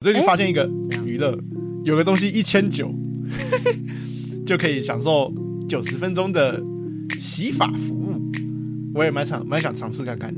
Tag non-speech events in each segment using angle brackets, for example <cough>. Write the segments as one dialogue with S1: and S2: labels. S1: 最近发现一个娱乐，有个东西一千九， <laughs> 就可以享受九十分钟的洗发服务。我也蛮想蛮想尝试看看，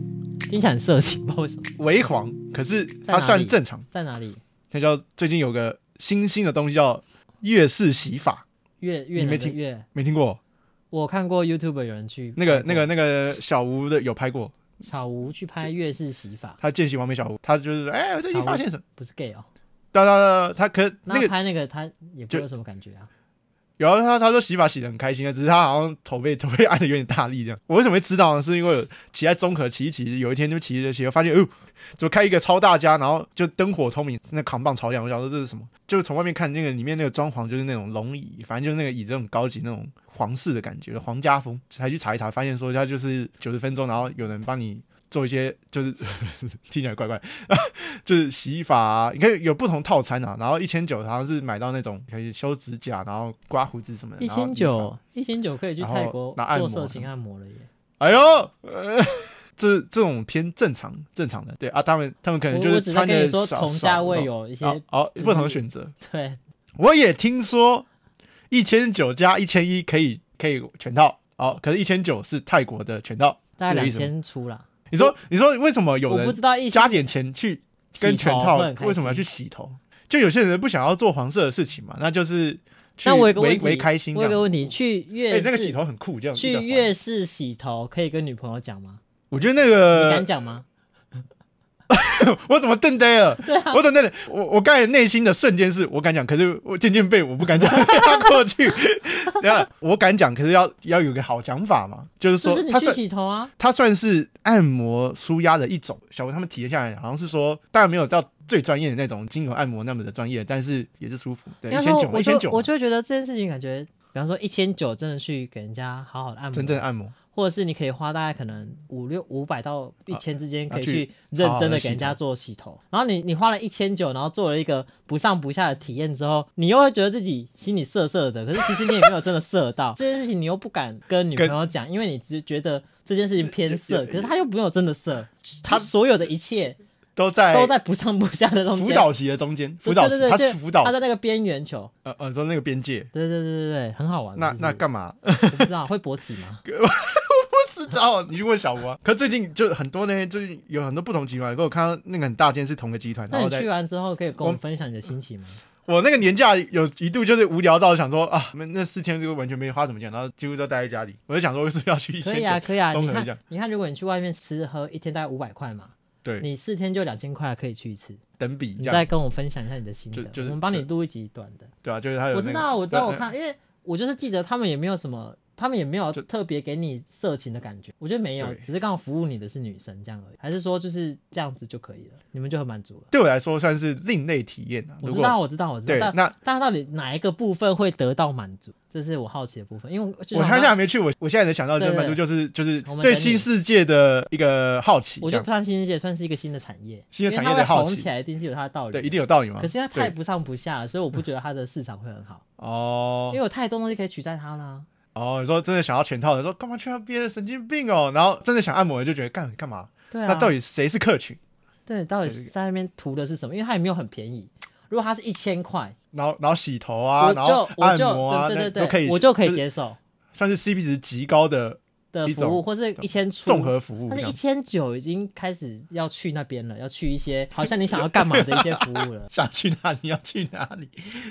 S2: 听起来很色情，不知道为什么。
S1: 微黄，可是
S2: 在
S1: 它
S2: 哪里
S1: 算是正常。
S2: 在哪里？
S1: 它叫最近有个新兴的东西叫粤式洗发，
S2: 越
S1: 你
S2: 越南
S1: 没
S2: 的
S1: 听
S2: 越，
S1: 没听过？
S2: 我看过 YouTube 有人去
S1: 那个
S2: 拍过
S1: 那个那个小吴的有拍过，
S2: 小吴去拍越式洗发，
S1: 他见习完美小吴，他就是说哎、我最近
S2: 小吴
S1: 发现什么？
S2: 不是 gay 哦。
S1: 他他他可那
S2: 那
S1: 个
S2: 拍那个他也不
S1: 就
S2: 会有什么感觉啊。
S1: 有啊，他他说洗发洗的很开心啊，只是他好像头被头 <laughs> 被按的有点大力这样。我为什么会知道呢？是因为有骑在中和骑一骑，有一天就骑着骑着发现，哦、怎么开一个超大家，然后就灯火通明，那扛棒超亮。我想说这是什么？就是从外面看那个里面那个装潢就是那种龙椅，反正就是那个椅子很高级那种皇室的感觉，皇家风。才去查一查，发现说它就是九十分钟，然后有人帮你。做一些就是听起来怪怪，就是洗发、啊，你可以有不同套餐啊。然后一千九好像是买到那种可以修指甲，然后刮胡子什么的。
S2: 一
S1: 然后理
S2: 千
S1: 发
S2: 九，一千九可以去泰国
S1: 然后拿按摩
S2: 做色情按摩了耶。
S1: 哎呦， <laughs> 呃，这这种偏正常正常的，对啊，他们他们可能就
S2: 我我
S1: 是
S2: 只
S1: 穿
S2: 在跟
S1: 的
S2: 你说同价位有一
S1: 一
S2: 些
S1: 哦
S2: 就是
S1: 不同的选择。
S2: 对，
S1: 我也听说一千九加一千一可以可以全套，哦，可是一千九是泰国的全套，
S2: 大概
S1: 这个
S2: 两
S1: 意思吗
S2: 千出啦。
S1: 你说你说为什么有
S2: 我不
S1: 人
S2: 知道一
S1: 加点钱去跟全
S2: 洗头
S1: 套
S2: 会很开心
S1: 为什么要去洗头？就有些人不想要做黄色的事情嘛，那就是去
S2: 那我有个问
S1: 为
S2: 题
S1: 为开心这
S2: 我有
S1: 样
S2: 个。问题，去
S1: 哎、
S2: 越式
S1: 那个洗头很酷，这样一个
S2: 去
S1: 环
S2: 越式洗头可以跟女朋友讲吗？
S1: 我觉得那
S2: 你
S1: 个
S2: 敢讲吗？
S1: 我怎么瞪呆
S2: <laughs>
S1: 了？
S2: 啊
S1: 我怎么瞪呆了？我我刚才内心的瞬间是我敢讲，可是我渐渐被我不敢讲 <laughs> 压过去。等一下我敢讲，可是要要有个好讲法嘛，就是说
S2: 就是你
S1: 它
S2: 去
S1: 算
S2: 洗头啊，
S1: 它算是按摩舒压的一种。小吴他们体验下来，好像是说，当然没有到最专业的那种精油按摩那么的专业，但是也是舒服。对，一
S2: 然
S1: 千
S2: 后
S1: 九，
S2: 我
S1: 一千
S2: 就我
S1: 九，
S2: 就会觉得这件事情感觉，比方说一千九真的去给人家好好的按摩，
S1: 嗯真正的按摩。
S2: 或者是你可以花大概可能五六五百到一千之间，
S1: 啊
S2: 可以
S1: 去
S2: 去认
S1: 好好
S2: 真
S1: 地
S2: 的
S1: 洗
S2: 给人家做洗头。然后你你花了一千九，然后做了一个不上不下的体验之后，你又会觉得自己心里涩涩的，可是其实你也没有真的涩
S1: <laughs>
S2: 到这件事情，你又不敢跟女朋
S1: 跟
S2: 友讲，因为你只觉得这件事情偏涩，可是他又没有真的涩，他
S1: 他
S2: 所有的一切
S1: 都在
S2: 都在不上不下的中间。
S1: 辅导级的中间，
S2: 对
S1: 辅导
S2: 对
S1: 级，
S2: 对
S1: 它
S2: 对
S1: 是辅导
S2: 他，在那个边缘球，
S1: 呃呃，说那个边界。
S2: 对对对对对，很好玩。
S1: 那
S2: 是不是
S1: 那干嘛？
S2: 我不知道会勃起
S1: <laughs>
S2: 吗？
S1: 知道，你去问小吴啊。可最近就很多呢，最近有很多不同集团，可我看到那个很大件是同个集团，然
S2: 那
S1: 后
S2: 你
S1: 在
S2: 去完之后可以跟我
S1: 我
S2: 们分享你的心情吗？
S1: 我那个年假有一度就是无聊到想说啊，那那四天就完全没花什么钱，然后几乎都待在家里。我就想说，为什么要去一
S2: 可
S1: 千
S2: 以啊，
S1: 九？
S2: 可以啊。
S1: 综
S2: 你
S1: 合一下
S2: 看，你看，如果你去外面吃喝，一天大概五百块嘛，
S1: 对，
S2: 你四天就两千块，可以去一次。
S1: 等比
S2: 你
S1: 这样
S2: 再，跟我分享一下你的心得
S1: 就，就是
S2: 我们帮你录一集短的。
S1: 对啊，就是他有、
S2: 我
S1: 那
S2: 知
S1: 个呃
S2: 道，我知道，我
S1: 那
S2: 看，因为我就是记得他们也没有什么，他们也没有
S1: 就
S2: 特别给你色情的感觉，我觉得没有
S1: 对，
S2: 只是刚好服务你的是女生这样而已，还是说就是这样子就可以了，你们就很满足了。
S1: 对我来说算是另类体验啊。
S2: 我
S1: 如
S2: 知
S1: 果
S2: 道，我知道，我知道
S1: 对，
S2: 但
S1: 那
S2: 但到底哪一个部分会得到满足，这是我好奇的部分，因为就
S1: 我
S2: 像
S1: 现在
S2: 刚
S1: 还没去，我我现在能想到就是
S2: 对对
S1: 满足就是就是
S2: 我们
S1: 对
S2: 等你
S1: 新世界的一个好奇，
S2: 我
S1: 这
S2: 觉得
S1: 样
S2: 不算新世界，算是一个新的产业，
S1: 新的产业
S2: 因
S1: 的
S2: 为它会
S1: 好
S2: 红
S1: 奇
S2: 起，来一定是有它的道理，
S1: 对，一。定有道理嘛
S2: 可。是因为它
S1: 对
S2: 太不上不下了，所以我不觉得它的市场会很好，
S1: 哦
S2: 因为有太多东西可以取代它啦。
S1: 哦，你说真的想要全套的，说干嘛去那边神经病哦，然后真的想按摩的就觉得干干嘛？
S2: 对啊，
S1: 那到底谁是客群？
S2: 对到底
S1: 谁
S2: 在那边图的是什么？因为它也没有很便宜。如果它是一千块，
S1: 然后然后洗头啊，
S2: 我
S1: 然后
S2: 就我
S1: 按
S2: 就
S1: 摩啊，
S2: 对对
S1: 那
S2: 对
S1: 都可以，
S2: 对，我就可以
S1: 是
S2: 接受
S1: 算是 CP 值极高的
S2: 的
S1: 一
S2: 服务，
S1: 种
S2: 或是一千出
S1: 综合服务。
S2: 但
S1: 这
S2: 是一
S1: 样。
S2: 千九已经开始要去那边了，要去一些好像你想要干嘛的一些服务了
S1: <laughs> 想去哪里要去哪里，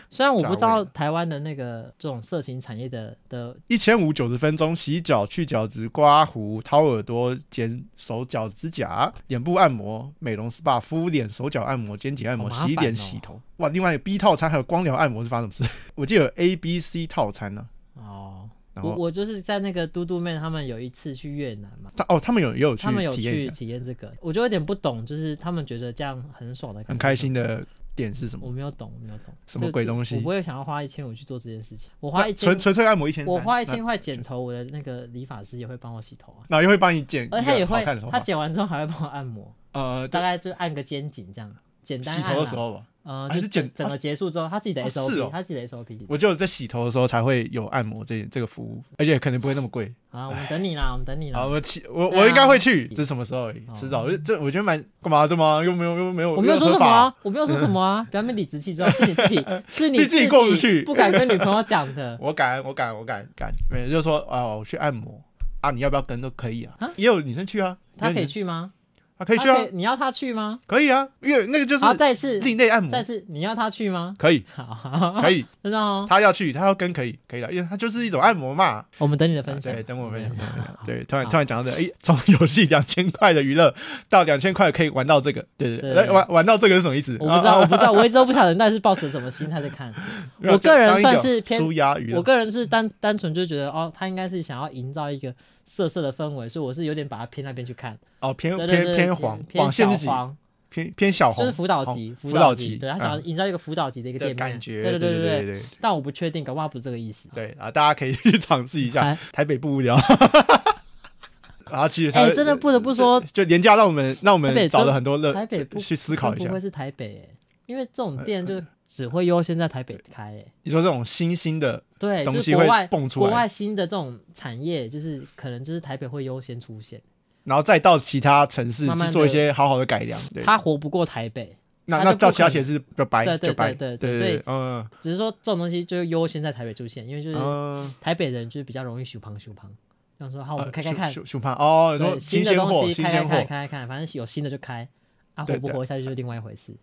S2: 虽然我不知
S1: 价
S2: 道
S1: 位
S2: 台湾的那个这种色情产业的的
S1: 一千五九十分钟，洗脚、去角质、刮胡、掏耳朵、剪手脚指甲、脸部按摩、美容 SPA、敷脸、手脚按摩、肩颈按摩、哎
S2: 好麻烦
S1: 洗脸、
S2: 哦
S1: 洗头。哇，另外有 B 套餐还有光疗按摩是发生什么事？ <laughs> 我记得有 A、B、C 套餐呢、
S2: 哦，
S1: 然
S2: 我
S1: 后
S2: 我就是在那个嘟嘟妹他们有一次去越南嘛，
S1: 他哦，他们有也有去
S2: 他们有
S1: 体验一
S2: 去
S1: 下，
S2: 体验这个，我就有点不懂，就是他们觉得这样很爽的感觉，
S1: 很开心，的点是什么？
S2: 我没有懂，我没有懂
S1: 什么
S2: 这
S1: 鬼
S2: 这
S1: 东西
S2: 我不会想要花一千五去做这件事情，我
S1: 那
S2: 花一千
S1: 纯，纯粹按摩一千，
S2: 我花一千块剪头，我的那个理发师也会帮我洗头啊。
S1: 然后又会帮你剪一个
S2: 而他也
S1: 好
S2: 会
S1: 看的头，
S2: 他
S1: 发，
S2: 剪完之后还会帮我按摩，
S1: 呃，
S2: 大概就按个肩颈这样，简单
S1: 洗
S2: 按
S1: 头的
S2: 啊
S1: 时候吧，
S2: 呃，
S1: 还
S2: 就是
S1: 剪
S2: 整个结束之后，他自己的
S1: 啊
S2: SOP，、
S1: 是哦
S2: 他自己的 SOP
S1: 我只有在洗头的时候才会有按摩这这个服务，而且可能不会那么贵。
S2: 啊，我们等你
S1: <laughs>
S2: 啦，我们等你
S1: 好，
S2: 啦。
S1: 我去，我
S2: 对啊
S1: 我应该会去，这是什么时候而已？
S2: 哦
S1: 迟早。我就这我觉得蛮干嘛这么又没有又没有，
S2: 我没有说
S1: 又合
S2: 什么、
S1: 法
S2: 啊，我没有说什
S1: <laughs>
S2: 么啊，不要那么理直气壮，是你自己，是你
S1: 自己
S2: 己
S1: 过不去
S2: 不敢跟女朋友讲
S1: <laughs>
S2: 的。
S1: 我敢，我敢，我敢，敢。没有，就是说哦，我去按摩啊，你要不要跟都可以啊
S2: 啊。
S1: 也有女生去啊，
S2: 他可
S1: 也有
S2: 以
S1: 女生，
S2: 去吗？
S1: 啊，可以
S2: 他
S1: 去啊，
S2: 你要他去吗？
S1: 可以啊，因为那个就是
S2: 好，再次，
S1: 另类按摩
S2: 再，次，你要他去吗？
S1: 可以，
S2: 好，
S1: 可以，
S2: 真的哦。
S1: 他要去，他要跟可以，可以的，因为他就是一种按摩嘛。
S2: 我们等你的分享
S1: 对，。等我分享，
S2: 对
S1: 等我分享。对，突然突然讲到这，哎，从游戏两千块的娱乐到两千块可以玩到这个，对对，
S2: 对
S1: 来玩玩到这个是什么意思？
S2: 我不知
S1: 啊，
S2: 道，我不知道，我一直都不晓得那是抱持什么心态在看。我个人算是偏
S1: 舒压 <laughs> 娱
S2: 我
S1: 乐，
S2: 个人是单单纯就觉得，哦，他应该是想要营造一个色色的氛围，所以我是有点把它偏那边去看，
S1: 哦，偏
S2: 对对
S1: 偏
S2: 对，
S1: 偏黄
S2: 偏
S1: 网线
S2: 小
S1: 自己
S2: 黄，
S1: 偏偏小
S2: 就是
S1: 红
S2: 辅导级，
S1: 红
S2: 辅
S1: 哦辅导级嗯
S2: 级，对他想要营造一个辅导级的一个
S1: 的
S2: 店
S1: 感
S2: 面，
S1: 觉，
S2: 对
S1: 对
S2: 对
S1: 对
S2: 对。
S1: 对
S2: 但我不确定，搞不好不是这个意思。
S1: 对啊，大家可以去尝试一下
S2: 哎
S1: 台北不无聊。然后其实它
S2: 哎，真的不得不说，
S1: 就廉价让我们让我
S2: 台北
S1: 们
S2: 真
S1: 找了很多乐
S2: 台北不
S1: 去思考一
S2: 真
S1: 下呃
S2: 不。会是台北欸，因为这种店就只会优先在台北开欸。
S1: 你说这种新兴的
S2: 对，
S1: 东
S2: 就
S1: 西
S2: 是国
S1: 会
S2: 外
S1: 蹦出
S2: 国
S1: 来
S2: 外新的这种产业，就是可能就是台北会优先出现，
S1: 然后再到其他城市
S2: 慢慢
S1: 去
S2: 地
S1: 做一些好好的改良。对，
S2: 它活不过台北，
S1: 那
S2: 它
S1: 那
S2: 就不
S1: 到其他
S2: 可能
S1: 城市就白
S2: 对对
S1: 就白，
S2: 对对
S1: 对
S2: 对所以
S1: 嗯
S2: 只是说这种东西就优先在台北出现，因为就是
S1: 嗯，
S2: 台北人就是比较容易修胖修胖，想说好
S1: 呃
S2: 我们开开看，
S1: 熊熊胖哦，你
S2: 对
S1: 说新
S2: 新的
S1: 鲜
S2: 东
S1: 货，
S2: 西
S1: 新
S2: 开开
S1: 鲜
S2: 看
S1: 货
S2: 开开看，反正有新的就开，啊
S1: 对
S2: 活不
S1: 对
S2: 活下去就是另外一回事。